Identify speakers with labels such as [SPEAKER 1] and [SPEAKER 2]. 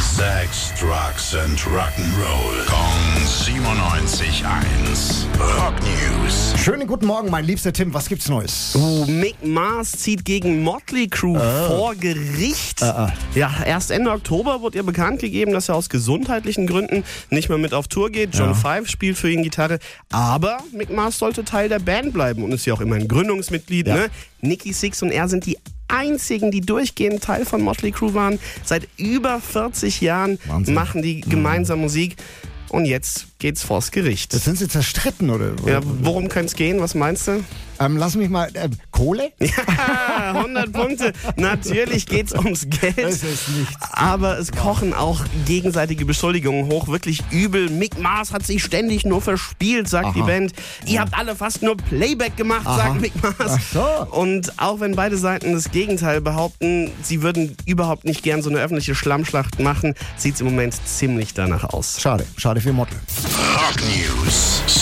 [SPEAKER 1] Sex, Drugs and Rock'n'Roll. Kong 97.1. Rock News.
[SPEAKER 2] Schönen guten Morgen, mein liebster Tim. Was gibt's Neues?
[SPEAKER 3] Uh, Mick Mars zieht gegen Motley Crue
[SPEAKER 2] Ah.
[SPEAKER 3] vor Gericht. Ja, erst Ende Oktober wurde ihr bekannt gegeben, dass er aus gesundheitlichen Gründen nicht mehr mit auf Tour geht. John Five spielt für ihn Gitarre. Aber Mick Mars sollte Teil der Band bleiben und ist ja auch immerhin Gründungsmitglied. Ne? Nicky Six und er sind die einzigen, die durchgehend Teil von Motley Crue waren. Seit über 40 Jahren
[SPEAKER 2] Wahnsinn. Mhm.
[SPEAKER 3] machen die gemeinsam Musik. Und jetzt geht's vors Gericht.
[SPEAKER 2] Das sind sie zerstritten, oder?
[SPEAKER 3] ja, worum könnte es gehen? Was meinst du?
[SPEAKER 2] Ähm, lass mich mal. Äh, Kohle?
[SPEAKER 3] Ja, 100 Punkte. Natürlich geht's ums Geld.
[SPEAKER 2] Das ist nichts.
[SPEAKER 3] Aber es kochen auch gegenseitige Beschuldigungen hoch. Wirklich übel. Mick Mars hat sich ständig nur verspielt, sagt die Band. Ihr habt alle fast nur Playback gemacht, sagt Mick Mars.
[SPEAKER 2] Ach so.
[SPEAKER 3] Und auch wenn beide Seiten das Gegenteil behaupten, sie würden überhaupt nicht gern so eine öffentliche Schlammschlacht machen, sieht's im Moment ziemlich danach aus.
[SPEAKER 2] Schade, schade für Mottl.
[SPEAKER 1] Rock News.